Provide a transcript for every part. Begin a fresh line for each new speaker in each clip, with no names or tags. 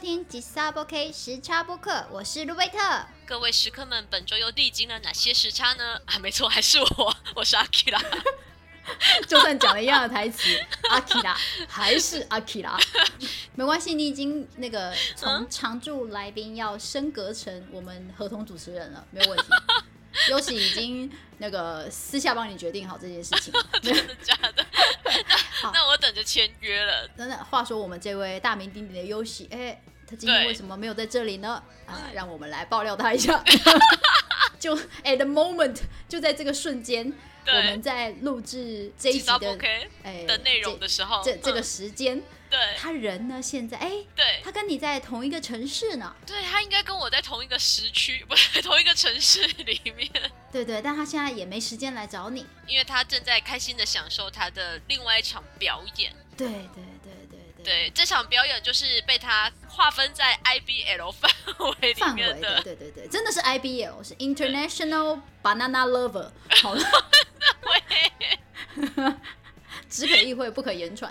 听吉萨波 K 时差播客，我是路贝特。
各位食客们，本周又历经了哪些时差呢？ 啊，没错，还是我， 我是阿 K 啦。
就算讲了一样的台词， 阿 k 拉还是阿 k 拉， 嗯
没关系，你已经那个从常驻来宾要升格成我们合同主持人了，没 有问题。尤其已经那个私下帮你决定好这件事 情了。
真的假的？
好
那那我等着签约了。
真的，话说我们这位大名鼎鼎的优喜，哎、他今天
对
为什么没有在这里呢？啊，让我们来爆料他 一下。 就 at the moment，就在这个瞬间，我
对
们在录制这一集
到
的
OK
哎
的内容的时候，
这这这个
嗯
时间，
对
他人呢现在哎、
对
他跟你在同一个城市呢，
对，他应该跟我在同一个时区， 不是同一个城市里面，
对对，但他现在也没时间来找你。
因为他正在开心的享受他的另外一场表演。
对对对对
对，这场表演就是被他划分在 IBL 范围里
范围
面
的，
的。
对对对，真的是 IBL，是 International Banana Lover，好了， 只可意会不可言传。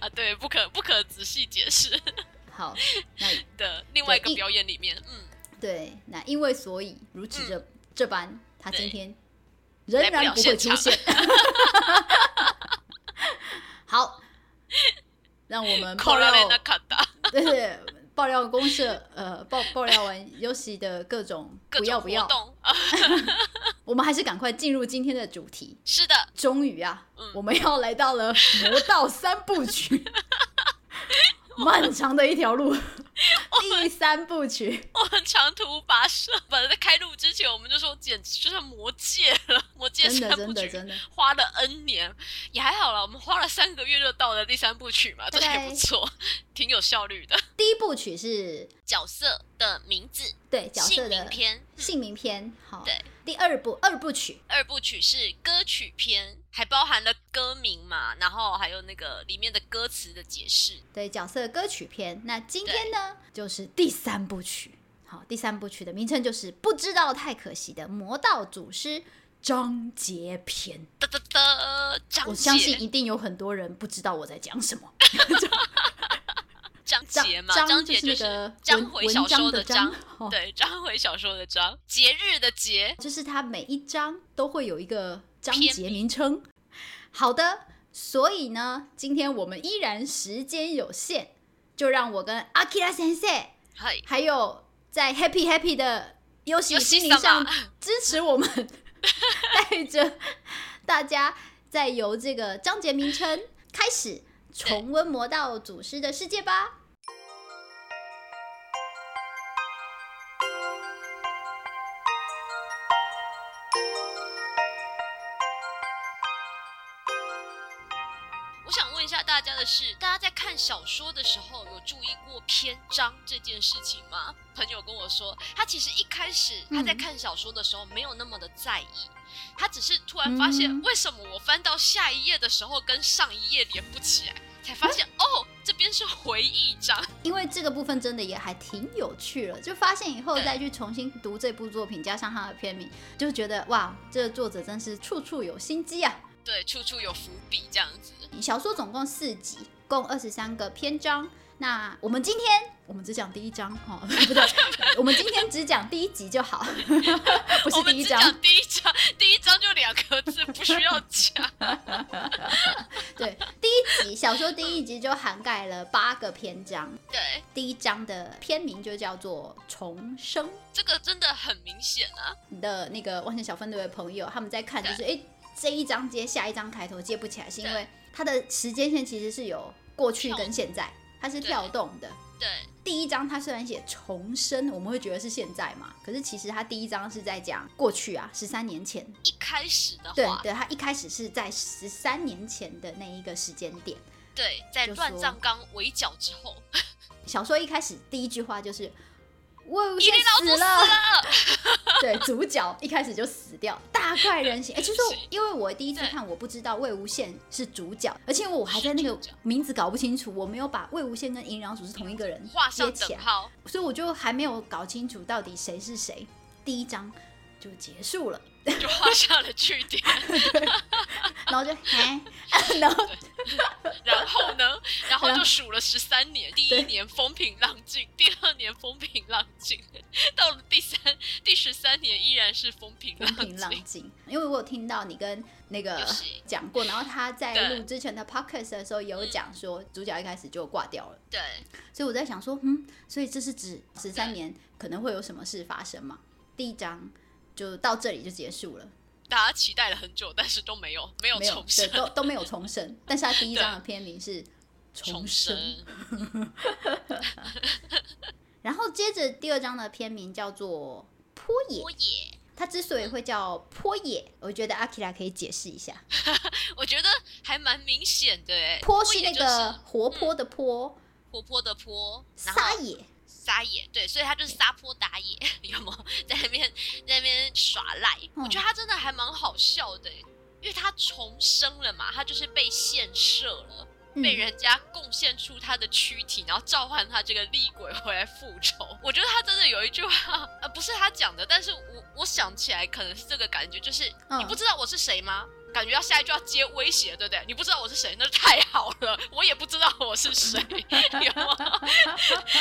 啊，对，不可不可仔细解释
好，那
的另外一个
对一
表演里面，嗯，
对，那因为所以如此这、这般，他今
对
天仍
来不
然
了
不会
现
出
场
现。 好，让我 们
考
爆
拉
料
雷纳卡达
对对，爆料公社，呃，爆爆料完尤喜的各种
各
不要
种
不
活
要，
动啊，
我们还是赶快进入今天的主题。
是的，
终于啊，
嗯
我们要来到了魔道三部 曲，漫长的一条路，第三部曲，
我们长途跋涉，本来在开录之前我们就说，简直就像魔戒了，魔戒
真的
三
真
部
的
曲。
真的，
花了 N 年，也还好啦，我们花了三个月就到了第三部曲嘛，这
对
也不错， 挺有效率的。
第一部曲是
角色的名字、
对角色
姓
的
名篇、嗯
姓名篇，好，
对，
第二部二部曲，
二部曲是歌曲篇，还包含了歌名嘛，然后还有那个里面的歌词的解释。
对角色歌曲篇，那今天呢就是第三部曲，好，第三部曲的名称就是不知道太可惜的魔道祖师章节篇。
哒哒哒，张
我相信
杰，
一定有很多人不知道我在讲什么。
张杰嘛，
张
张杰
就是那个
张
文
回小说
文章
张
的张哦，
对，张回小说的张，节日的节，
就是它每一章都会有一个章
篇
节名称。好的，所以呢，今天我们依然时间有限，就让我跟阿基拉先生，
嗨，
还有在 Happy Happy 的优喜
有喜
心灵
什
上
么？
支持我们，带着大家再由这个章节名称开始重温魔道祖师的世界吧。
我想问一下大家的是，大家在看小说的时候有注意过篇章这件事情吗？朋友跟我说，他其实一开始
嗯
他在看小说的时候没有那么的在意，他只是突然发现
嗯，
为什么我翻到下一页的时候跟上一页连不起来，才发
嗯
现、哦，这边是回忆章。
因为这个部分真的也还挺有趣了，就发现以后
对
再去重新读这部作品，加上它的片名，就觉得哇，这个作者真是处处有心机啊！
对，处处有伏笔这样子。
小说总共四集，共二十三个篇章。那我们今天我们只讲第一章哦， 不对，我们今天只讲第一集就好， 不
我
是
们
第一
只
章。
讲第一章，第一章就两个字，不需 要讲。
对，第一集小说第一集就涵盖了八个篇章，
对，
第一章的篇名就叫做《重生》。
这个真的很明显啊。
的那个万千小分队的朋友，他们在看，就是诶这一章接下一章开头接不起来，是因为它的时间线其实是有过去跟现在，它是跳动的。
对，
第一章它虽然写重生，我们会觉得是现在嘛，可是其实它第一章是在讲过去啊，十三年前。
一开始的
对
话，
对，它一开始是在十三年前的那一个时间点。
对，在
就
乱
说
葬岗围剿之后，
小说一开始第一句话就是“我有
一
些
定老
死
子死
了”，
了，
对，主角一开始就死掉，大快人心。哎、其实我
是
因为我第一次
对
看，我不知道魏无羡是主角，而且我还在那
是
个
主角
名字搞不清楚，我没有把魏无羡跟银良主是同一个人
画
接
上
起
等
来，
号。
所以我就还没有搞清楚到底谁是谁。第一章就结束了，
就画下了句点。
然后就 哎，然后
然后呢，然后
然
就
后
数了十三年，第一
对
年风平浪静，第二年风平浪静，到了第三、第十三年依然是风平
风平浪
浪静。
静，因为我有听到你跟那个
有戏
讲过，然后他在
对
录之前的 podcast 的时候也有讲说，主角一开始就挂掉了，
对，
所以我在想说，嗯，所以这是指十三年可能会有什么事发生嘛？第一章就到这里就结束了，
大家期待了很久，但是都没有没有
没有
重
对
生。
都都没有重生， 但是他第一章的片名是重生，
生，
然后接着第二章的片名叫做坡野
我，也，
它之所以
嗯
会叫坡野，我觉得阿基拉可以解释一下。
我觉得还蛮明显的哎。
坡
我
是
也
那
就
个活泼的坡，
活泼的泼，然后
撒野。
撒野，对，所以他就是撒泼打野， 有没有在那边在那边耍赖？
嗯
我觉得他真的还蛮好笑的，欸因为他重生了嘛，他就是被献射了。
嗯
被人家贡献出他的躯体，然后召唤他这个厉鬼回来复仇。 我觉得他真的有一句话， 呃，不是他讲的，但是我我想起来可能是这个感觉，就是、
嗯
你不知道我是谁吗？感觉要下一句要接威胁，对不对？你不知道我是谁，那就太好了， 我也不知道我是谁， 有吗？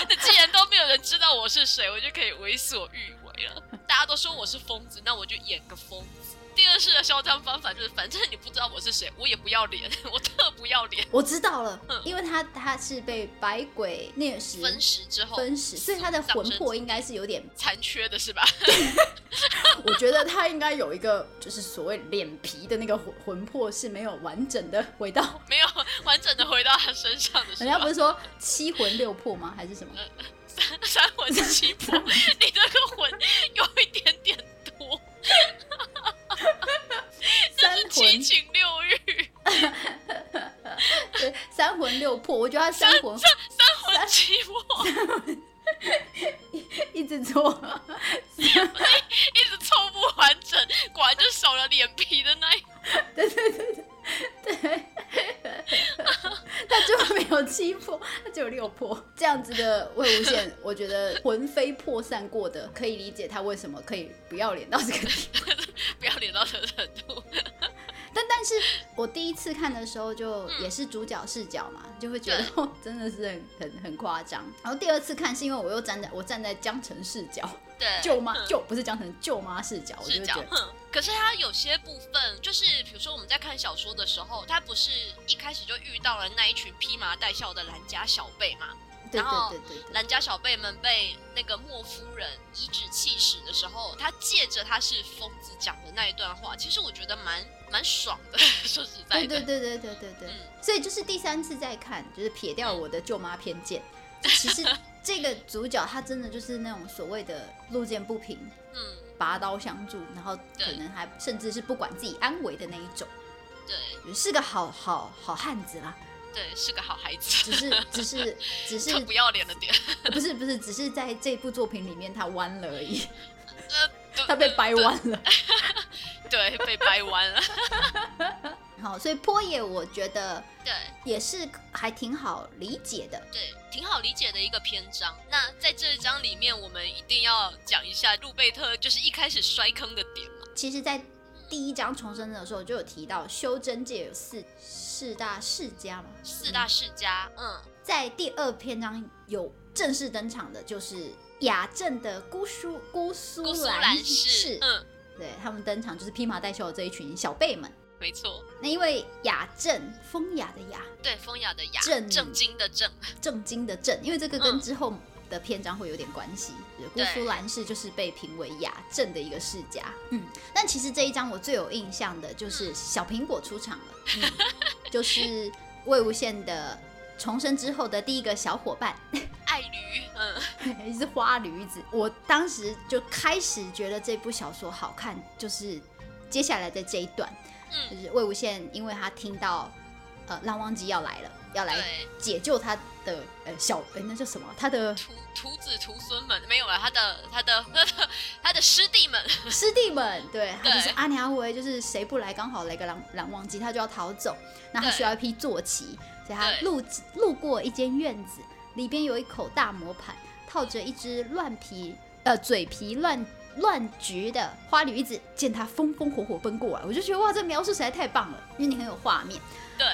那既然都没有人知道我是谁，我就可以为所欲为了。大家都说我是疯子，那我就演个疯子。第二式的嚣张方法就是，反正你不知道我是谁，我也不要脸， 我特不要脸。
我知道了
嗯，
因为他他是被百鬼虐食
分食之后
嗯分食，所以他的
丧
魂
生
魄应该是有点，
残缺的是吧？
我觉得他应该有一个就是所谓脸皮的那个魂魂魄是没有完整的回到。
没有完整的回到他身上的是
人家不
吧？
是说七魂六魄吗？还是什么？
三三魂七 魄，你这个魂有一点点 多，
三
七
魂
情六欲，
对三魂六魄，我觉得他三魂
三魂七魄，
一直做。
一直凑不完整，果然就少了脸皮的那一。
他就没有七魄，他只有六魄。这样子的魏无羡，我觉得魂飞魄散过的，可以理解他为什么可以不要脸到这个地步。
不要脸到这个程 度，
但但是我第一次看的时候，就
嗯
也是主角视角嘛，就会觉得哦真的是很很很夸张。然后第二次看是因为我又站在我站在江城视角，
对，
舅妈
嗯
舅不是江城舅妈视角，我
视
就
角
觉得。
哼可是它有些部分，就是比如说我们在看小说的时候，它不是一开始就遇到了那一群披麻戴孝的兰家小辈嘛？
对
然后
对对对对，
兰家小辈们被那个莫夫人颐指气使的时候，他借着他是疯子讲的那一段话，其实我觉得蛮蛮爽的。说实在
对对
的，
对对对对对，
嗯
所以就是第三次再看，就是撇掉我的舅妈偏见，就其 实这个主角他真的就是那种所谓的路见不平
嗯，
拔刀相助，然后可
对
能还甚至是不管自己安危的那一种，
对
是个好好好汉子啦。
对，是个好孩
只
子，
是只是只是
特不要脸的点，
不是不是，只是在这部作品里面他弯了而已，
对
他被掰弯了。
对，对被掰弯了，
好，所以坡野我觉得
对。
也是还挺好理解的。
对，挺好理解的一个篇章。那在这一章里面，我们一定要讲一下路贝特就是一开始摔坑的点嘛。
其实，在第一章重生的时候就有提到，修真界有四四大世家嘛。
四大世家，嗯，
在第二篇章有正式登场的，就是雅正的姑苏姑苏
姑苏
兰
兰氏，嗯，
对他们登场就是披麻戴孝的这一群小辈们。
没错，
那因为雅正风雅的雅，
对，风雅的雅，
正
正经的正，
正经的正，因为这个跟
嗯
之后的篇章会有点关系。姑
对
苏兰氏就是被评为雅正的一个世家。嗯，但其实这一章我最有印象的
嗯
就是小苹果出场了， 嗯、就是魏无羡的重生之后的第一个小伙伴，
爱驴，嗯，
一只花驴子。我当时就开始觉得这部小说好看，就是接下来的这一段，
嗯
就是魏无羡，因为他听到呃浪汪姬要来了，要来
对，
解救他的呃小哎、那叫什么？他的
徒徒子徒孙们没有了，他的他的他的他的师弟们，
师弟们，对他就是啊
对
阿娘维，就是谁不来，刚好来个蓝蓝忘机，他就要逃走。那他
对
需要一匹坐骑，所以他
对
路路过一间院子，里边有一口大磨盘，套着一只乱皮呃嘴皮乱乱菊的花驴子见他风风火火奔过来，我就觉得哇，这描述实在太棒了，因为你很有画面。
对，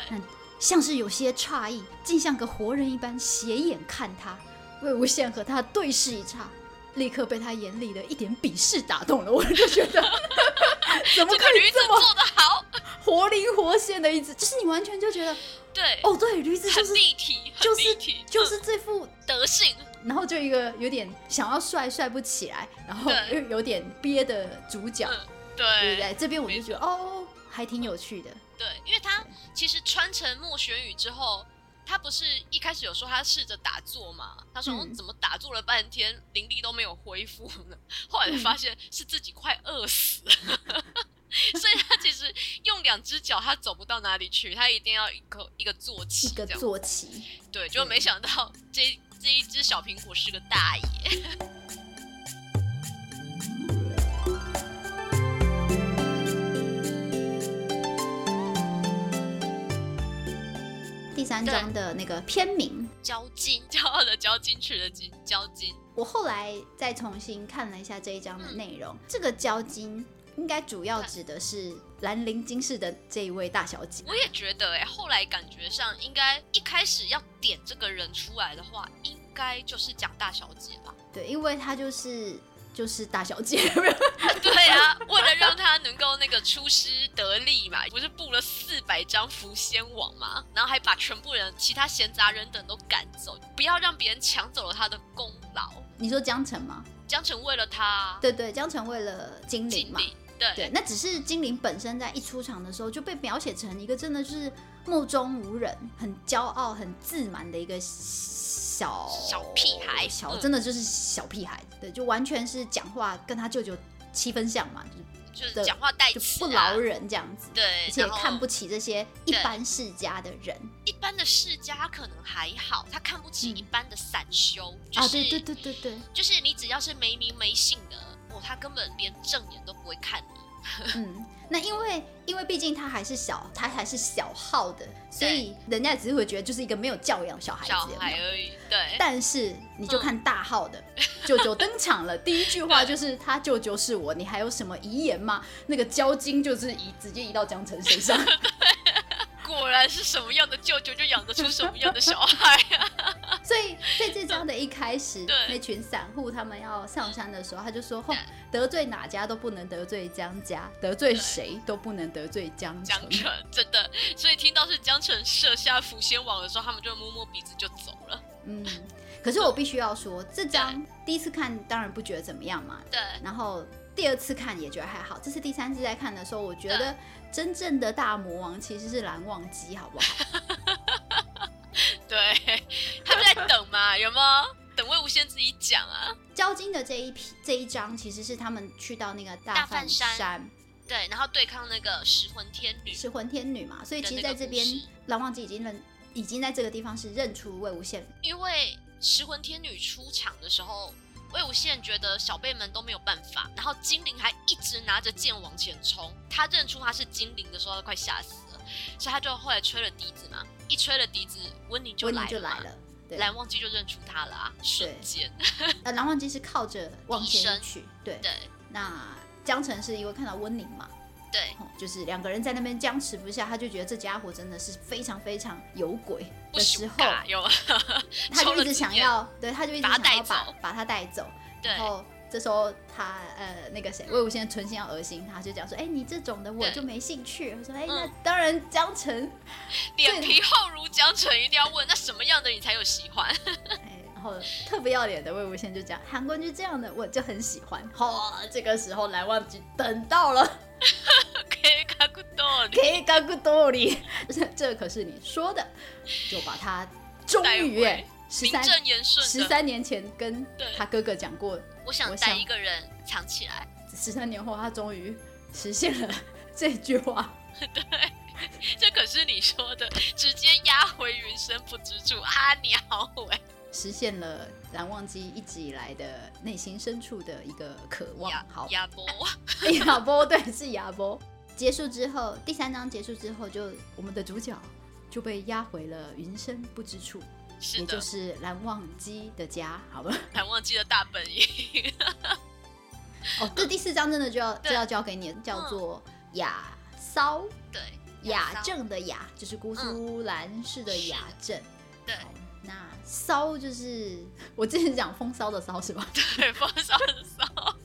像是有些诧异，竟像个活人一般斜眼看他。魏无羡和他对视一刹，立刻被他眼里的一点鄙视打动了。我就觉得， 怎么可
这个
以
驴子
这么
做的好，
活灵活现的一只？就是你完全就觉得，
对，
哦，对，驴子就
很
是
立体，
就
很
是
立体，
就是这副，
嗯德性，
然后就一个有点想要帅帅不起来，然后又
对
有点憋的主角，
嗯
对不
对
对？这边我就觉得，哦，还挺有趣的。
对，因为他其实穿成莫玄羽之后。他不是一开始有说他试着打坐嘛？他说、
嗯
嗯、怎么打坐了半天，灵力都没有恢复呢？ 后来才
嗯
发现是自己快饿死了， 所以他其实用两只脚他走不到哪里去，他一定要一个一个坐骑
一
这
个
样，
坐骑，
对，就没想到这这一只小苹果是个大爷。
第三章的那个片名
交金，骄傲的交金去的金，交金。
我后来再重新看了一下这一章的
嗯
内容，这个交金应该主要指的是兰陵金氏的这一位大小姐。
我也觉得哎、后来感觉上应该一开始要点这个人出来的话，应该就是蒋大小姐 吧？
对，因为她就是就是大小姐，
对啊，为了让她能够那个出师得利嘛，不是布了四百张伏仙网嘛，然后还把全部人其他闲杂人等都赶走，不要让别人抢走了她的功劳。
你说江城吗？
江城为了她，
对对，江城为了金陵
经
嘛。
理，
对，那只是精灵本身在一出场的时候就被描写成一个真的就是目中无人、很骄傲、很自满的一个小
小屁孩
小
嗯
真的就是小屁孩，对，就完全是讲话跟他舅舅七分像嘛，就是
就是
对
讲话带
就
刺、啊，
不饶人这样子，
对，
而且
然后
看不起这些一般世家的人
一般的世家可能还好，他看不起
嗯
一般的散修，就
啊，
是
对对对对 对，
就是你只要是没名没姓的，哦，他根本连正眼都不会看你。
嗯，那因为因为毕竟他还是小，他还是小号的，所以人家只是会觉得就是一个没有教养的小孩子
小
有没有
孩嗯而已，对，
但是你就看大号 的、舅舅登场了，第一句话就是他舅舅是我，你还有什么遗言吗？那个交金就是移直接移到江城身上，
果然是什么样的舅舅就养得出什么样的小孩啊！
所以在这章的一开始
对，
那群散户他们要上山的时候，他就说：“哦，得罪哪家都不能得罪江家，得罪谁都不能得罪江城。
江城 真的，所以听到是江城设下伏仙网的时候，他们就摸摸鼻子就走了。
嗯，可是我必须要说，这章第一次看当然不觉得怎么样嘛，
对，
然后第二次看也觉得还好，这次第三次再看的时候，我觉得真正的大魔王其实是蓝忘机，好不 好？
对，他们在等嘛，有吗？等魏无羡自己讲啊。
交金的这一批这一章其实是他们去到那个
大
大
梵
梵
山
山
对，然后对抗那个食魂天女，
是魂天女嘛，所以
的
其实
那
在
个
这
故
边
事
蓝忘机已经认，已经在这个地方是认出魏无羡
因为食魂天女出场的时候，魏无羡觉得小辈们都没有办法，然后精灵还一直拿着剑往前冲。他认出他是精灵的时候，他快吓死了，所以他就后来吹了笛子嘛，一吹了笛子，温妮就
温
来
妮就
了，
来， 了。对，
蓝忘机就认出他了啊，瞬间，
呃，蓝忘机是靠着往
笛声
前去，对。
对
那江城是因为看到温宁嘛，
对，
哦就是两个人在那边僵持不下，他就觉得这家伙真的是非常非常有鬼
不
的时
许
候，
尬哟，
他
抽
就
了
一直
几
想
烟
要，对，他就一直
把他
想要
带
把
走
把他带走，
对
然后这时候他呃那个谁魏无羡存心要恶心他，就讲说，哎、你这种的我
对
就没兴趣。我说，哎、
嗯
那当然江城，
脸皮厚如江城，一定要问那什么样的你才有喜欢？
哎，然后特不要脸的魏无羡就讲，韩国就这样的，我就很喜欢。 哦，这个时候蓝忘机等到了。
给卡古多，
可以干个道理，这 这可是你说的，就把他终
带
于
回
十
名
三
正言顺
十
的，
三年前跟
对
他哥哥讲过，
我想
我
带
想
一个人藏起来。
十三年后他终于实现了 这句话。
这可是你说的，直接压回云深不知处啊！你好伟
实现了蓝忘机一直以来的内心深处的一个渴望。
压
好，
压波，
亚波对，是亚波。结束之后，第三章结束之后就，我们的主角就被押回了云深不知处，
是
也
的
就， 是蓝忘机的家，好吧？
还忘记了大本营。
哦，这第四章真的就要
对嗯
就要交给你，叫做雅骚，
对，
雅
骚，
正的雅就是姑苏兰氏的雅正。
嗯对
那骚就是我之前讲风骚的骚 是吧？
对，风骚的骚。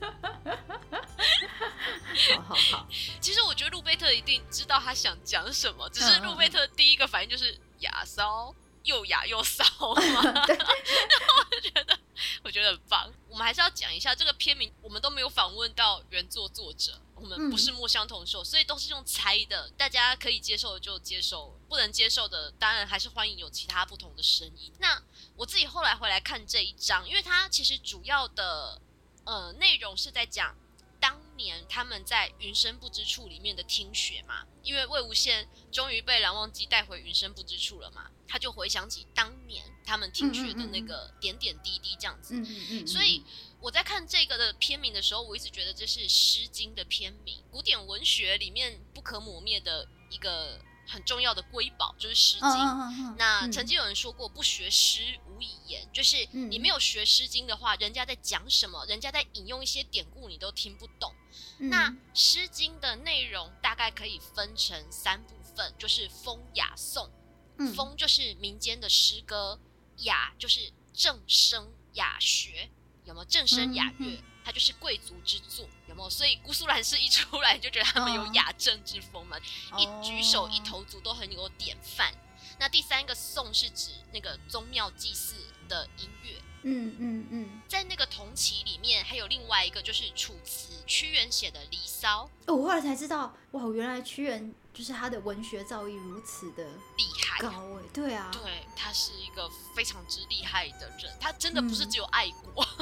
好好好，
其实我觉得路贝特一定知道他想讲什么，只
嗯
是
嗯
路贝特第一个反应就是雅骚，又雅又骚嘛。 然后我觉得，我觉得很棒。我们还是要讲一下这个片名，我们都没有访问到原作作者，我们
嗯
不是墨香铜臭，所以都是用猜的。大家可以接受的就接受，不能接受的当然还是欢迎有其他不同的声音。那我自己后来回来看这一章，因为它其实主要的呃内容是在讲当年他们在云深不知处里面的听学嘛，因为魏无羡终于被蓝忘机带回云深不知处了嘛，他就回想起当年他们听学的那个点点滴滴这样子。
嗯嗯嗯，
所以我在看这个的片名的时候，我一直觉得这是《诗经》的片名，古典文学里面不可磨灭的一个很重要的瑰宝就是《诗经》
嗯嗯嗯嗯，
那
嗯
曾经有人说过，不学诗无以言，就是
嗯
你没有学《诗经》的话，人家在讲什么，人家在引用一些典故，你都听不懂。
嗯
那《诗经》的内容大概可以分成三部分，就是风、雅、颂。
嗯
风就是民间的诗歌，雅就是正声雅学，有没有正声雅乐？
嗯嗯
它就是贵族之作，有没有？所以姑苏兰氏一出来，你就觉得他们有
嗯
雅正之风嘛，一举手一，
哦
投足都很有典范。那第三个颂是指那个宗庙祭祀的音乐，
哦嗯嗯嗯，
在那个同期里面还有另外一个就是楚辞屈原写的《离骚》，
哦我后来才知道，哇，原来屈原就是他的文学造诣如此的
厉害
高哎，对啊，
对他是一个非常之厉害的人，他真的不是
嗯
只有爱国。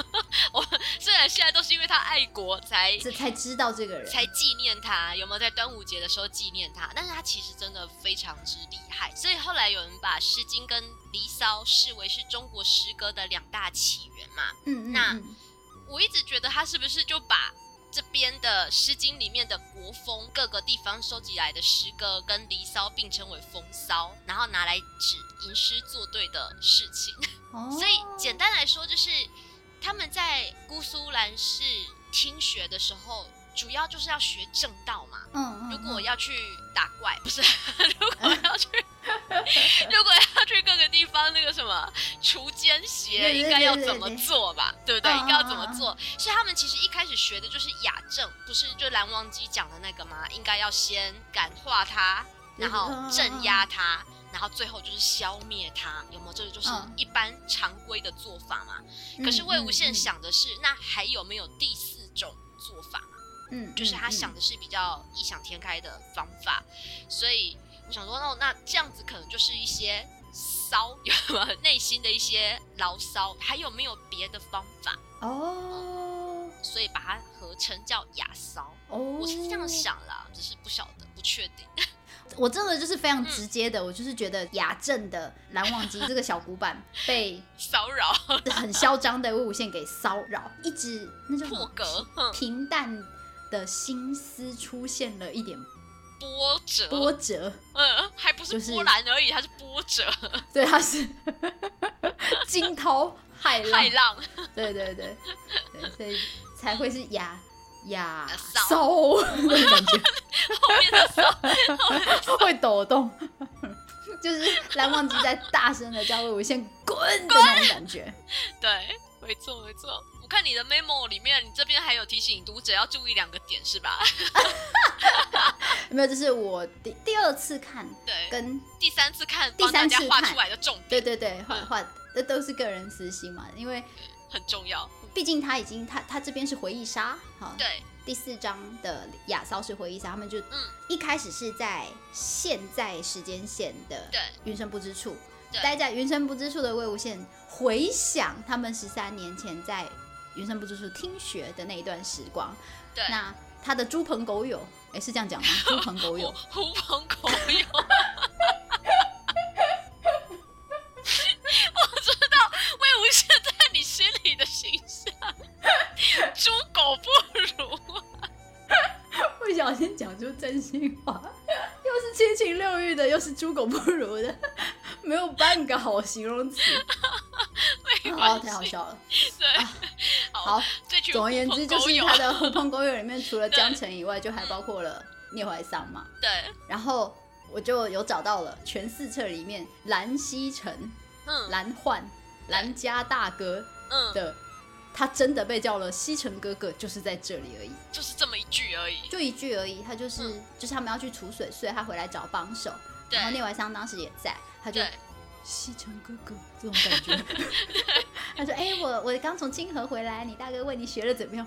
我虽然现在都是因为他爱国才
这才知道这个人，
才纪念他，有没有在端午节的时候纪念他？但是他其实真的非常之厉害，所以后来有人把《诗经》跟《离骚》视为是中国诗歌的两大起源嘛。
嗯嗯
那
嗯
我一直觉得他是不是就把这边的《诗经》里面的国风，各个地方收集来的诗歌跟《离骚》并称为风骚，然后拿来指吟诗作对的事情。
哦，
所以简单来说，就是他们在姑苏兰市听学的时候，主要就是要学正道嘛。
嗯，嗯
如果
嗯
要去打怪，不是， 如果要去， 如果要去各个地方那个什么除奸邪，
对对
应该要
对对
怎么
对
做吧？对不对？
嗯
应该要怎
嗯
么
嗯嗯
做？所以他们其实一开始学的就是雅正，不是就蓝忘机讲的那个吗？应该要先感化他，
对
然后
嗯
镇压他。然后最后就是消灭他，有没有？这个就是
嗯
一般常规的做法嘛。
嗯
可是魏无羡
嗯
想的是，那还有没有第四种做法？
嗯，嗯
就是他想，的是比较异想天开的方法，所以我想说，那哦那这样子可能就是一些骚， 有没有内心的一些牢骚，还有没有别的方法？
嗯哦
所以把它合成叫雅骚，
哦，
我是这样，想啦，只是不晓得，不确定。
我真的就是非常直接的，我就是觉得雅正的蓝忘机这个小古板被
骚扰
很嚣张的魏无羡给骚扰，一直那种
破格，哼，
平淡的心思出现了一点
波折，
波折，
嗯，还不是
就是
波澜而已，它是波折，
对，他是 惊涛骇浪
骇，浪，
对对对对，所以才会是雅雅
骚
骚的感觉。
后面的骚，
会抖动，就是蓝忘机在大声的叫魏无羡滚的那种感觉。
对，没错没错。我看你的 memo 里面，你这边还有提醒读者要注意两个点，是吧？
没有，这是我第第二次看，
对，
跟
第三次看，
第三次
帮大家画
看
出来的重
对
点
对对，画画这都是个人私心嘛，因为
很重要。
毕竟他已经他他这边是回忆杀，好，
对，
第四章的雅骚是回忆杀，他们就
嗯，
一开始是在现在时间线的
对
云深不知处，
对
待在云深不知处的魏无羡回想他们十三年前在云深不知处听学的那一段时光，
对，
那他的猪朋狗友，哎，是这样讲 吗？猪朋狗
狐
友，
狐朋狗友。 我知道魏无羡在你心里的形象，猪狗不如。
不小心讲出真心话， 又是七情六欲的，又是猪狗不如的， 没有半个好形容词，
没
好
关
哦太好
系，
笑了。
对，
好，
最去
总而言
狐
之，
朋
就
狗
是
友
它的狐朋狗友里 面，除了江城以外，就还包括了聂怀桑嘛。
对，
然后我就有找到了全四册里面蓝曦臣、
嗯
蓝焕、蓝家大哥
嗯，
的，他真的被叫了曦臣哥哥，就是在这里而已。
就是这么一句而已。
就一句而已，他就是、就是他们要去除水，所以他回来找帮手，
嗯对
然后聂怀桑当时也在，他就
对，
西城哥哥这种感 觉，他说：“哎、我我刚从清河回来，你大哥问你学的怎么样？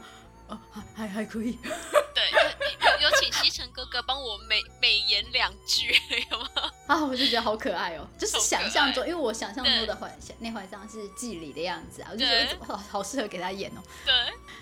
哦，还还还可以，
对，有有有请西城哥哥帮我美美言两句，有吗？
啊，我就觉得好可爱哦，就是
好可爱
想象中，因为我想象中的怀那怀章是妓女的样子啊，我就觉得
对
哇，好 适合给他演哦。
对，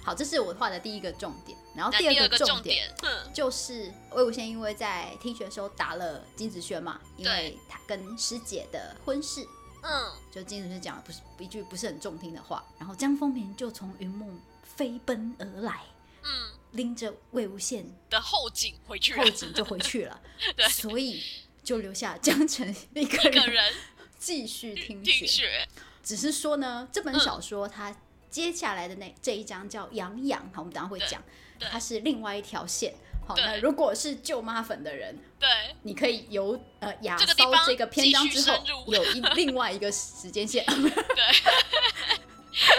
好，这是我画的第一个重点，然后
那
第
第
二
二
个
个
重
重
点。
点，嗯，
就是魏无羡因为在听学的时候打了金子轩嘛，因为
对
他跟师姐的婚事，
嗯，
就金子轩讲了不是一句不是很中听的话，然后江风眠就从云梦飞奔而来，
嗯
拎着魏无羡
的后颈回去了
后，颈就回去了
对，
所以就留下江澄一个
一个
人
人
继续听
听
雪。
雪，
只是说呢，这本
嗯
小说它接下来的那这一章叫《杨洋》，好，我们等一下会
对
讲，
对
它是另外一条线。好，
对
那如果是舅妈粉的人，
对，
你可以由呃亚
这个地
骚
方
这个篇章
继续
之后
深入
有一另外一个时间线，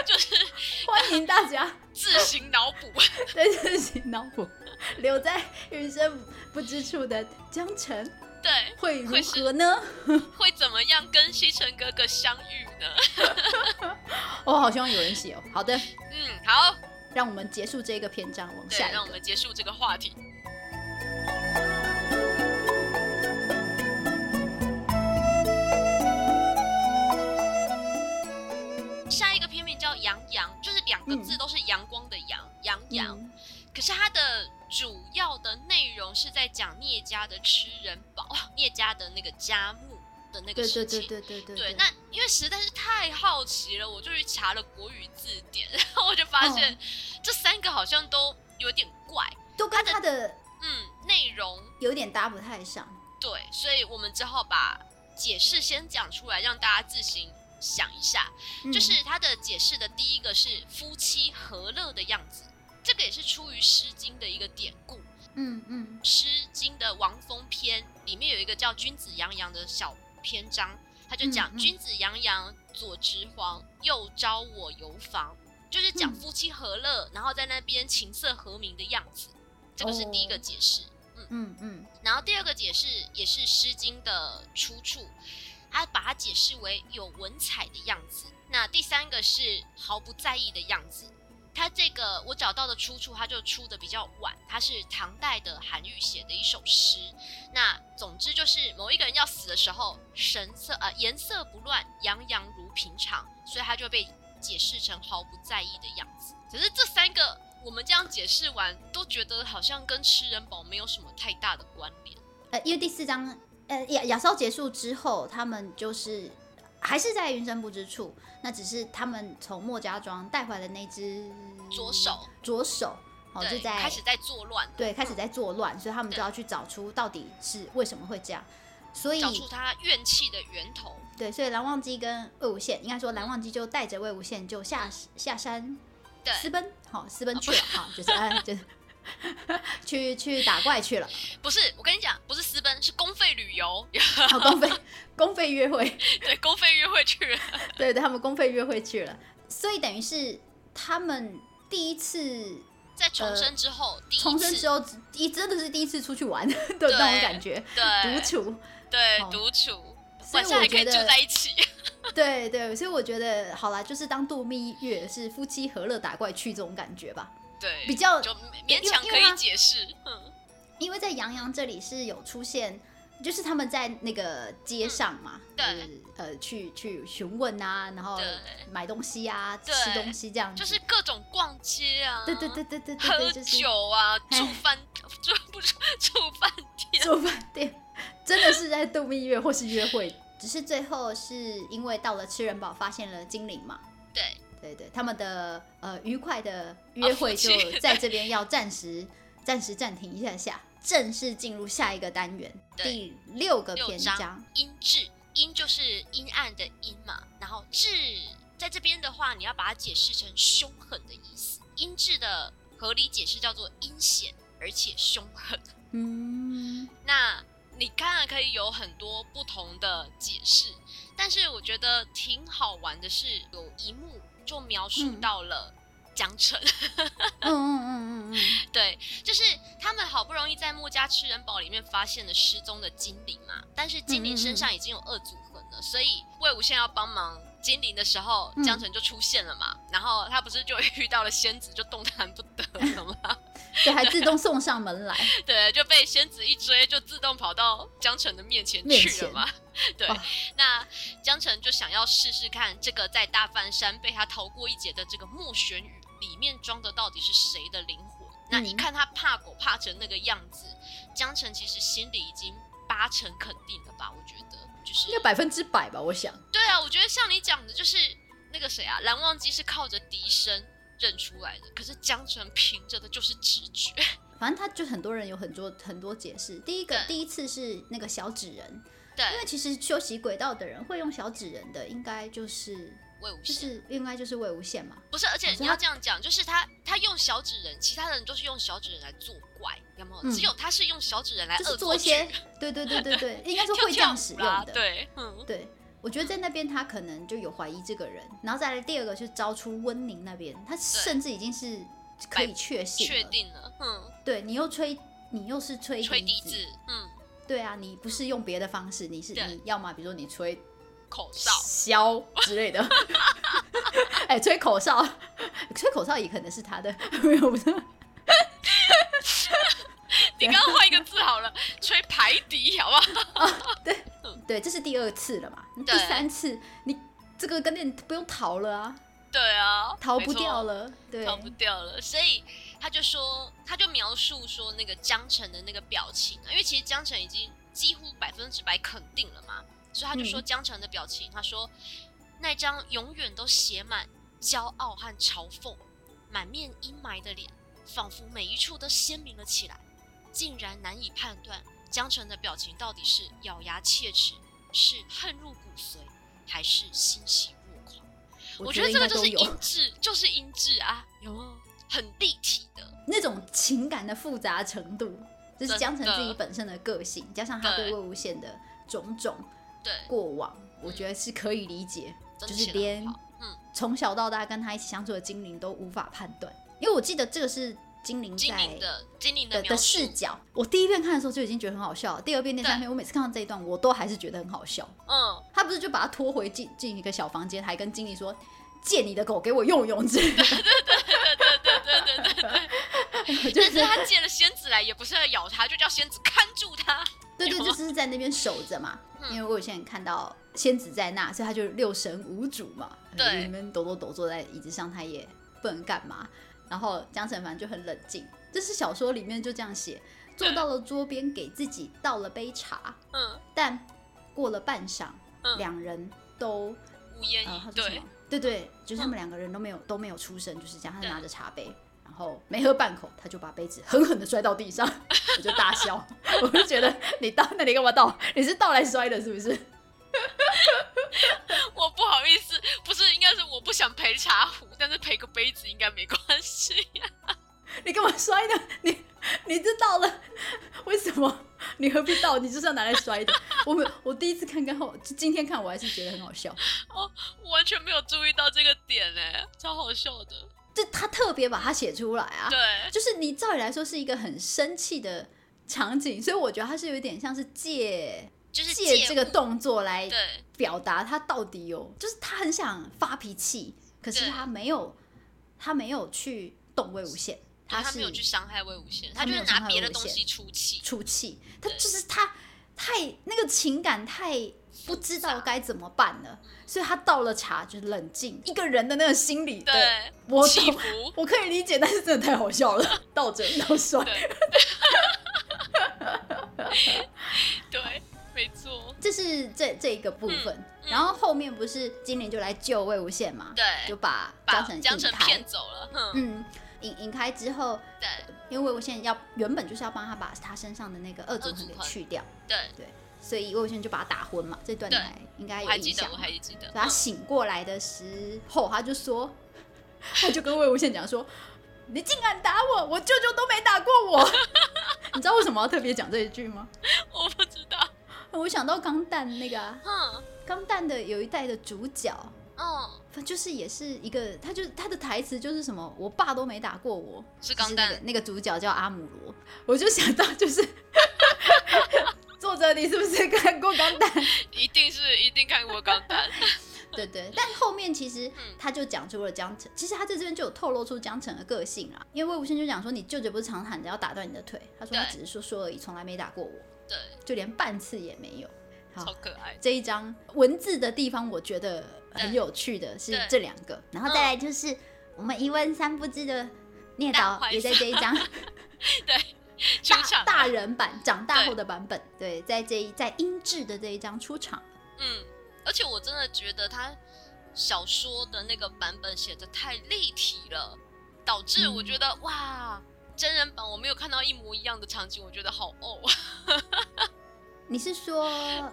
就是
欢迎大家
自行脑补，
对自己脑补，留在云深不知处的江城
对，
会如
会是
何呢？
会怎么样跟西城哥哥相遇呢？
我好希望有人写哦。好的，
嗯，好，
让我们结束这个篇章，往
对
下，一
让我
个。
们结束这个话题。下一个片名叫《杨洋》，就是两个
嗯
字都是阳光的阳，杨洋。
嗯
可是它的主要的内容是在讲聂家的吃人堡， 聂家的那个家墓的那
对
个
对
事
对
情。
对对对
对，那因为实在是太好奇了，我就去查了国语字典， 然后我就发
哦
现、这三个好像都有点怪，
都跟他的
嗯，内容
有点搭不太上。
对，所以我们之后把解释先讲出来，让大家自行想一下。
嗯
就是它的解释的第一个是夫妻和乐的样子，这个也是出于《诗经》的一个典故，《
嗯嗯
诗经》的《王风篇》里面有一个叫“君子扬扬”的小篇章，他就讲“
嗯嗯
君子扬扬，左执黄，右招我游房”，就是讲
嗯
夫妻和乐，然后在那边琴瑟和鸣的样子。这个是第一个
哦
解释。
嗯嗯，
然后第二个解释也是《诗经》的出处，他把它解释为有文采的样子。那第三个是毫不在意的样子。他这个我找到的出处，他就出的比较晚，他是唐代的韩愈写的一首诗。那总之就是某一个人要死的时候，神色呃颜色不乱，洋洋如平常，所以他就被解释成毫不在意的样子。可是这三个我们这样解释完，都觉得好像跟吃人堡没有什么太大的关联。
呃，因为第四章呃雅雅骚结束之后，他们就是。还是在云深不知处，那只是他们从墨家庄带回来的那只
左手，
左手，嗯哦，就
对，
在
开始在作乱了，
对，开始在作乱，所以他们
对
就要去找出到底是为什么会这样。所以
找，出他怨气的源头。
对，所以蓝忘机跟魏无羡，应该说蓝忘机就带着魏无羡就下下山
对哦
私奔，好、私奔去了，好、就是哎，就是哎 去去打怪去了，
不是，我跟你讲，不是私奔，是公费旅游，
好，公费公费约会，
对，公费约会去 了。
对对，他们公费约会去了，所以等于是他们第一次
在重生之后，第一次
呃重生之后，一真的是第一次出去玩的那种
对
感觉，独
对
处，
对
哦
独处，
所以
晚上
我
还可
觉
以
得
住在一起。
对对，所以我觉得好啦，就是当度蜜月是夫妻和乐打怪去这种感觉吧，
对，
比较
就勉强
因
可
为他
以解释。嗯，
因为在杨洋这里是有出现，就是他们在那个街上嘛，
嗯对
就是呃，去去询问啊，然后
对
买东西啊，
对
吃东西这样子，
就是各种逛街啊，
对对对对对对
喝
对，就是
酒啊，
哎
住饭 住不住住饭店，
住饭店，真的是在度蜜月或是约会，只是最后是因为到了吃人堡发现了精灵嘛，
对哦
对对，他们的呃愉快的约会就在这边要暂时暂时暂停一下下，正式进入下一个单元
对
第六个
六
篇
章
章。
阴鸷，阴就是阴暗的阴嘛，然后鸷在这边的话，你要把它解释成凶狠的意思。音质的合理解释叫做阴险而且凶狠。
嗯，
那你当然可以有很多不同的解释，但是我觉得挺好玩的是，有一幕就描述
嗯
到了江城。
嗯嗯 嗯嗯嗯，
对，就是他们好不容易在墨家吃人堡里面发现了失踪的精灵嘛，但是精灵身上已经有二组魂了，所以魏无羡要帮忙精灵的时候，江澄就出现了嘛，然后他不是就遇到了仙子，就动弹不得了嘛，
对，还自动送上门来，
对，就被仙子一追，就自动跑到江澄的面前
面
去
前
了 嘛。对，
哇
那江澄就想要试试看这个在大梵山被他逃过一劫的这个墨玄雨里面装的到底是谁的灵魂。那一
嗯
看他怕狗怕成那个样子，江澄其实心里已经八成肯定了吧？我觉得就是
应该百分之百吧，我想。
对啊，我觉得像你讲的，就是那个谁啊，蓝忘机是靠着笛声认出来的，可是江澄凭着的就是直觉。
反正他就很多人有很多很多解释。第一个
对，
第一次是那个小纸人，
对，
因为其实修习轨道的人会用小纸人的，应该就是
魏无
就
羡。
是应该就是魏无羡嘛。
不是，而且
可是
你要
他
这样讲，就是他他用小指人，其他人都是用小指人来作怪，有没有？
嗯
只有他是用小指人来
就是
呃恶
做
作
一
剧
些，对对对对 对，应该是
跳
会这
跳
样使
舞
用
啦，
的。
对，嗯，
对我觉得在那边他可能就有怀疑这个人，然后再来第二个是招出温宁那边，他甚至已经是可以确信了
确，定了，嗯，
对你又吹，你又是吹
吹笛
笛
子，， 嗯，
对啊，你不是用别的方式，你是
对
你要么比如说你吹
口哨，
箫之类的， 哎、吹口哨，吹口哨也可能是他的，没有不是。
你刚刚换一个字好了，吹排笛，好不好？
对，这是第二次了嘛？第
对
三次你这个跟你不用逃了啊，
对啊，
逃不
没错
掉了。对，
逃不掉了。所以他就说，他就描述说那个江澄的那个表情啊，因为其实江澄已经几乎百分之百肯定了嘛，所以他就说
嗯
江澄的表情，他说那张永远都写满骄傲和嘲讽、满面阴霾的脸，仿佛每一处都鲜明了起来，竟然难以判断江澄的表情到底是咬牙切齿，是恨入骨髓，还是欣喜若狂。我觉得
应
这
该
个就
都
是
有
音质，就是音质啊，有没有很立体的？
那种情感的复杂程度，就是江澄自己本身的个性，加上他
对
对魏无羡的种种
对，
过往，我觉得是可以理解，
真
就
的
是
写得
连
很好。嗯，
从小到大跟他一起相处的精灵都无法判断，因为我记得这个是精灵
精
在
灵的精灵
的
描
的
述
视，角。我第一遍看的时候就已经觉得很好笑了，第二遍、第三
对
遍，我每次看到这一段，我都还是觉得很好笑。
嗯，
他不是就把他拖回进进一个小房间，还跟经理说借你的狗给我用用之 类的。 对对对对对对对就
但是
是
他借了仙子来，也不是要咬他，就叫仙子看住他。
对对，就是在那边守着嘛，
嗯
因为我有些人看到仙子在那，所以他就六神无主嘛，嗯
对
你们抖抖抖坐在椅子上，他也不能干嘛。然后江澄凡就很冷静，这是小说里面就这样写，坐
对
到了桌边，给自己倒了杯茶，
嗯，
但过了半晌，
嗯
两人都
无言
呃，
以
他说什
对
么，？对对，就是他们两个人都没有都没有出声，就是这样。他拿着茶杯，然后没喝半口，他就把杯子狠狠的摔到地上， 我就大笑， 我就觉得你到那里干嘛倒？你是倒来摔的，是不是？
我不好意思，不是，应该是我不想陪茶壶，但是陪个杯子应该没关系。
你干嘛摔的？你你这倒了，为什么？你何必倒？你就是要拿来摔的。我们我第一次看刚好，就今天看我还是觉得很好笑。
我完全没有注意到这个点哎、超好笑的。
这他特别把它写出来啊，
对，
就是你照理来说是一个很生气的场景，所以我觉得他是有点像是借
就是
借这个
物
动作来
对
表达他到底有，就是他很想发脾气，可是
对
他没有，他没有去动魏无羡，
对他
是
没有去伤害魏无羡，
他没
就是
有
拿
伤害
别的
魏无
东
羡
西出气。
出气，他
对
就是他太那个情感太不知道该怎么办了，所以他倒了茶就是冷静，一个人的那个心理的，
对，
我
起
懂，
伏。
我可以理解，但是真的太好笑 了，倒着倒摔。
对，对，没错，
这是这这一个部分，然后后面不是精灵就来救魏无羡嘛，就
嗯对，
把
把
城
江
江
城骗走了，哼，
嗯，引引开之后，
对
因为魏无羡要原本就是要帮他把他身上的那个恶
恶
族
族
魂给
魂
去掉，
对，
所以魏无羡就把他打昏嘛，这段你
对
还应该
我
有
还
印
记
象
得，我
嘛。
还记得，
所以他
嗯
醒过来的时候，他就说，他就跟魏无羡讲说，你竟敢打我，我舅舅都没打过我。 你知道为什么要特别讲这一句吗？
我不知道。
我想到钢弹那个、啊，
嗯
钢弹的有一代的主角，
嗯，
反就是也是一个，他就他的台词就是什么，我爸都没打过我，
是
就
钢
是那
弹
个那个主角叫阿姆罗，我就想到就是 作者你是不是看过钢弹？
一定是一定看过钢弹。
对对，但后面其实
嗯
他就讲出了江城，其实他在这边就有透露出江城的个性啦。因为魏无羡就讲说，你舅舅不是常喊着要打断你的腿，他说他
对
只是说说而已，从来没打过我，
对，
就连半次也没有。好
超可爱。
这一章文字的地方，我觉得很有趣的是
对嗯
这两个，然后再来就是我们一问三不知的聂
大
导
怀
也在这一 章
出
大
场
大
了，
人版长大
对
后的版本，对，在这一在音质的这一章出场。
嗯，而且我真的觉得他小说的那个版本写的太立体了，导致我
嗯
觉得、哇，真人版我没有看到一模一样的场景，我觉得好哦。
你是说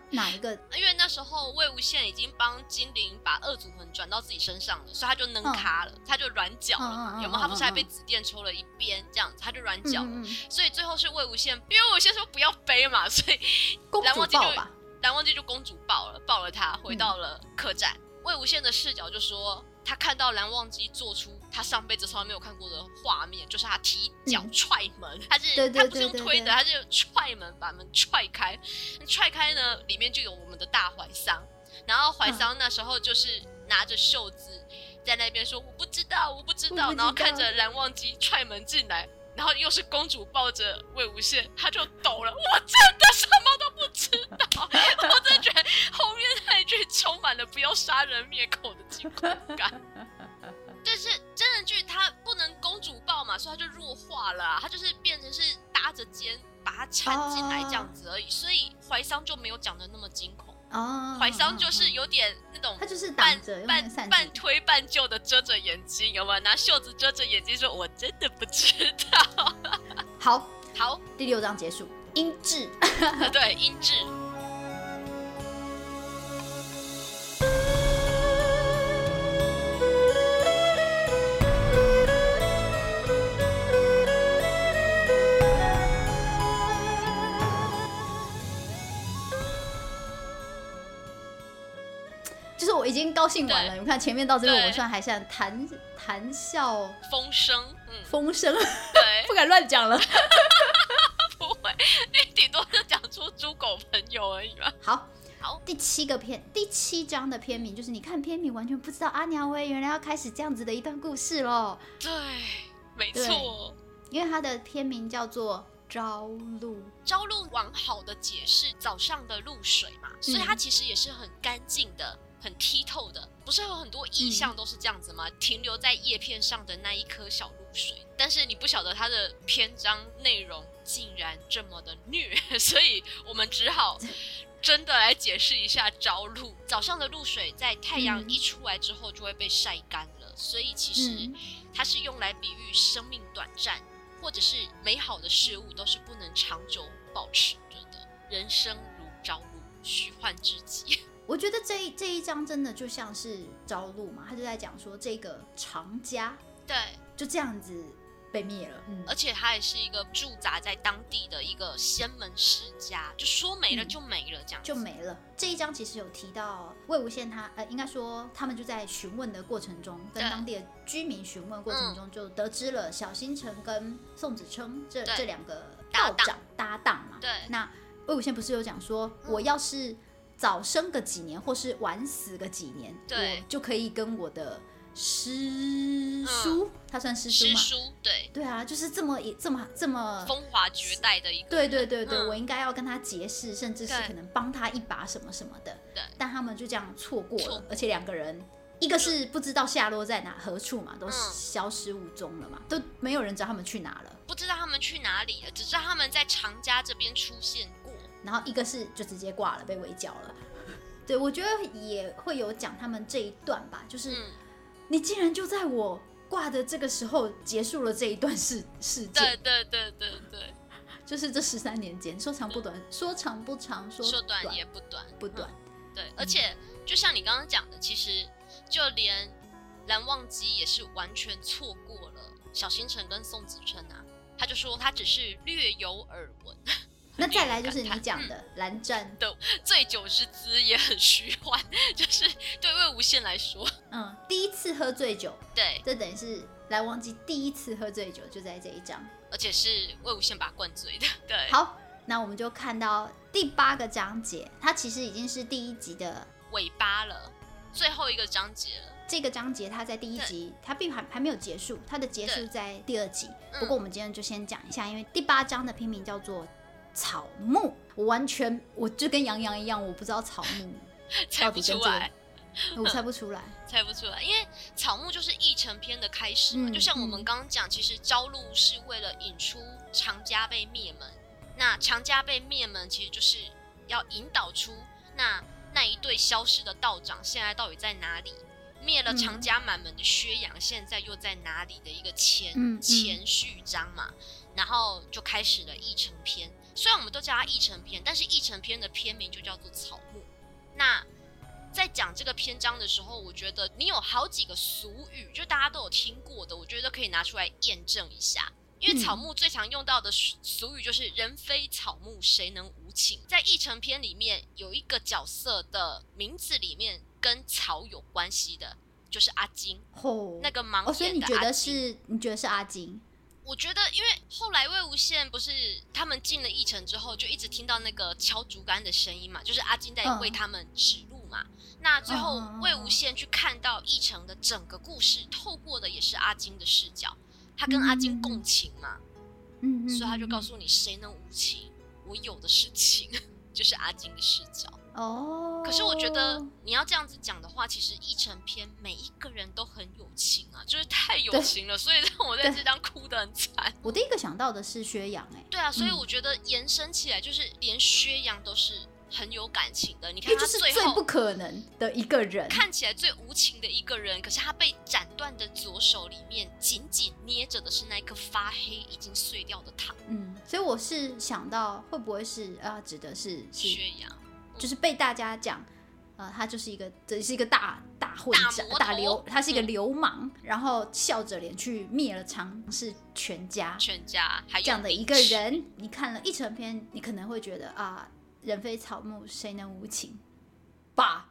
哪一个？
因为那时候魏无羡已经帮精灵把恶祖魂转到自己身上了，所以他就能卡了，他就软脚了嘛，
嗯嗯嗯嗯
有没有？他不是
嗯
还
嗯
被紫电抽了一边这样子，他就软脚了。
嗯嗯嗯
所以最后是魏无羡，因为魏无羡说不要背嘛，所以
公
蓝
主
忘记就
抱吧？
蓝忘机就公主抱了，抱了他，
嗯
回到了客栈。魏无羡的视角就说，他看到蓝忘机做出他上辈子从来没有看过的画面，就是他踢脚
嗯
踹门，他是
对对
他不是用
对对
推的，
对
他是用踹门把门踹开，踹开呢，里面就有我们的大怀桑，然后
嗯
怀桑那时候就是拿着袖子在那边说我不知道，我不知道，
我不知道
然后看着蓝忘机踹门进来。然后又是公主抱着魏无羡，他就抖了。我真的什么都不知道，我真的觉得后面那一句充满了啊不要杀人灭口的紧迫感。就是真人剧，他不能公主抱嘛，所以他就弱化了啊、他就是变成是搭着肩把它缠进来这样子而已。所以怀桑就没有讲的那么惊恐，
哦，
怀桑就
嗯
是
嗯
有点那种
他就是挡
半
着，用那个
半
扇
半
子。
推半就的遮着眼睛，有没有拿袖子遮着眼睛说：“我真的不知道。
好，”
好，呃
第六章结束，音质。
对，音质。
就是我已经高兴完了，
对
你们看前面到这边，
对
我算还算谈谈笑
风声，嗯，
风生，
对，
不敢乱讲了。
不会， 你顶多就讲出猪狗朋友而已嘛。
好，
好，
第七个篇，第七章的篇名就是你看篇名完全不知道阿娘威原来要开始这样子的一段故事喽，
对，没
对
错。
因为它的篇名叫做朝露，
朝露往好的解释早上的露水嘛，所以它其实也是很干净的、很剔透的，不是有很多意象都是这样子吗？停留在叶片上的那一颗小露水，但是你不晓得它的篇章内容竟然这么的虐， 所以我们只好真的来解释一下朝露。早上的露水在太阳
嗯
一出来之后就会被晒干了，所以其实。
嗯
它是用来比喻生命短暂，或者是美好的事物都是不能长久保持着的。人生如朝露，虚幻之极。
我觉得这一这一章真的就像是朝露嘛，他就在讲说这个常家
对，
就这样子被灭了，嗯
而且它也是一个驻扎在当地的一个仙门世家，就说没了
嗯
就没了这样子。
就没了。这一章其实有提到魏无羡他，呃，应该说他们就在询问的过程中，跟
对
当地的居民询问过程
嗯
中，就得知了小星辰跟宋子琛这
对
这两个
搭
道
档
长搭档嘛。
对
那魏无羡不是有讲说，
嗯
我要是早生个几年，或是晚死个几年，
对
我就可以跟我的师叔，
嗯
他算师叔
诗
吗？
书嗯对，
对啊，就是这么一这么这么
风华绝代的一个。
对对对对，
嗯
我应该要跟他结识，甚至是
对
可能帮他一把什么什么的。
对
但他们就这样错过
错
了
过，
而且两个人，一个是不知道下落在哪何处嘛，都
嗯
消失无踪了嘛，都没有人知道他们去哪了。
不知道他们去哪里了，只知道他们在长家这边出现过。
然后一个是就直接挂了，被围剿了。 对，我觉得也会有讲他们这一段吧，就是、
嗯，
你竟然就在我挂的这个时候结束了这一段事 事
对
件，
对对对对，
就是这十三年间，说长不短，说长不长，说
说短也不短，
不
嗯
短。
对，而且就像你刚刚讲的，其实就连蓝忘机也是完全错过了小星辰跟宋子琛啊，他就说他只是略有耳闻， 嗯
那再来就是你讲的蓝湛，
醉酒之姿也很虚幻， 就是对魏无羡来说，
嗯，第一次喝醉酒，
对，
这等于是蓝忘机第一次喝醉酒，就在这一章。
而且是魏无羡把他灌醉的，对，
好，那我们就看到第八个章节，它其实已经是第一集的
尾巴了，最后一个章节了，
这个章节，它在第一集它并还还没有结束，它的结束
对
在第二集。
嗯
不过我们今天就先讲一下，因为第八章的片名叫做草木，我完全我就跟杨洋一样，我不知道草 木
猜
到
不
底跟
出
这
来
个。， 我猜不出 来。
猜不出来，因为草木就是译成篇的开始嘛。
嗯
就像我们
嗯
刚刚讲，其实朝露是为了引出常家被灭门，那常家被灭门其实就是要引导出那那一对消失的道长现在到底在哪里，灭了常家满门的薛洋现在又在哪里的一个前、
嗯嗯
前序章嘛，然后就开始了译成篇。虽然我们都叫它译成篇，但是译成篇的篇名就叫做草木。那在讲这个篇章的时候，我觉得你有好几个俗语，就大家都有听过的，我觉得可以拿出来验证一下。
嗯
因为草木最常用到的俗俗语就是“人非草木，谁能无情”。在《译成篇》里面有一个角色的名字里面跟草有关系的，就是阿金，
吼，
那个盲眼的
哦，
阿金。
所以你觉得是你觉得是阿金？
我觉得，因为后来魏无羡不是他们进了驿城之后，就一直听到那个敲竹竿的声音嘛，就是阿金在
嗯
为他们指路嘛。那最后
嗯嗯嗯
魏无羡去看到驿城的整个故事，透过的也是阿金的视角，他跟阿金共情嘛，
嗯，嗯
所以他就告
嗯
诉你，谁能无情？我有的是情， 就是阿金的视角。
哦。
可是我觉得你要这样子讲的话，其实《一成篇》每一个人都很有情啊，就是太有
对
情了，所以让我在
对
这张哭得很惨。
我第一个想到的是薛洋，哎，
对啊，所以
嗯
我觉得延伸起来，就是连薛洋都是很有感情的。你
因为
看
就
他
是
最
最
后
不可能的一个人，
看起来最无情的一个人，可是他被斩断的左手里面紧紧捏着的是那一颗发黑已经碎掉的糖。
嗯，所以我是想到会不会是啊，指的是是
薛洋
就是被大家讲，呃，他就是一个这是一个大大混
大
战
魔
大
头
流，他是一个
嗯
流氓，然后笑着脸去灭了常氏全家
全家还有
这样的
林
一个
芝，
人。你看了一成篇，你可能会觉得啊，人非草木，谁能无情？吧。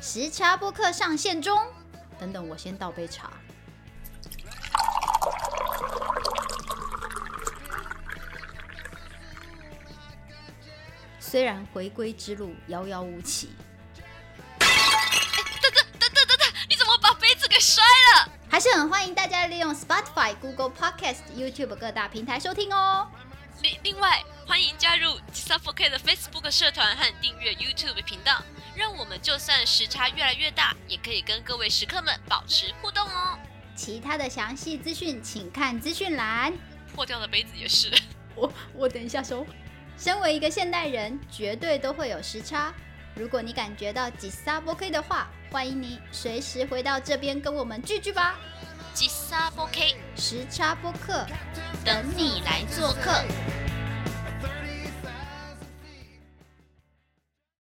时差播客上线中，等等，我先倒杯茶。虽然回归之路遥遥无期，
你怎么把杯子给摔了？
还是很欢迎大家利用 Spotify、Google Podcast、YouTube 各大平台收听哦。
另另外，欢迎加入吉萨 4K 的 Facebook 社团和订阅 YouTube 频道，让我们就算时差越来越大，也可以跟各位食客们保持互动哦。
其他的详细资讯，请看资讯栏。
破掉的杯子也是。
我我等一下收。身为一个现代人，绝对都会有时差。如果你感觉到吉萨波 K 的话，欢迎你随时回到这边跟我们聚聚吧。
吉萨 4K
时差播客，
等你来做客。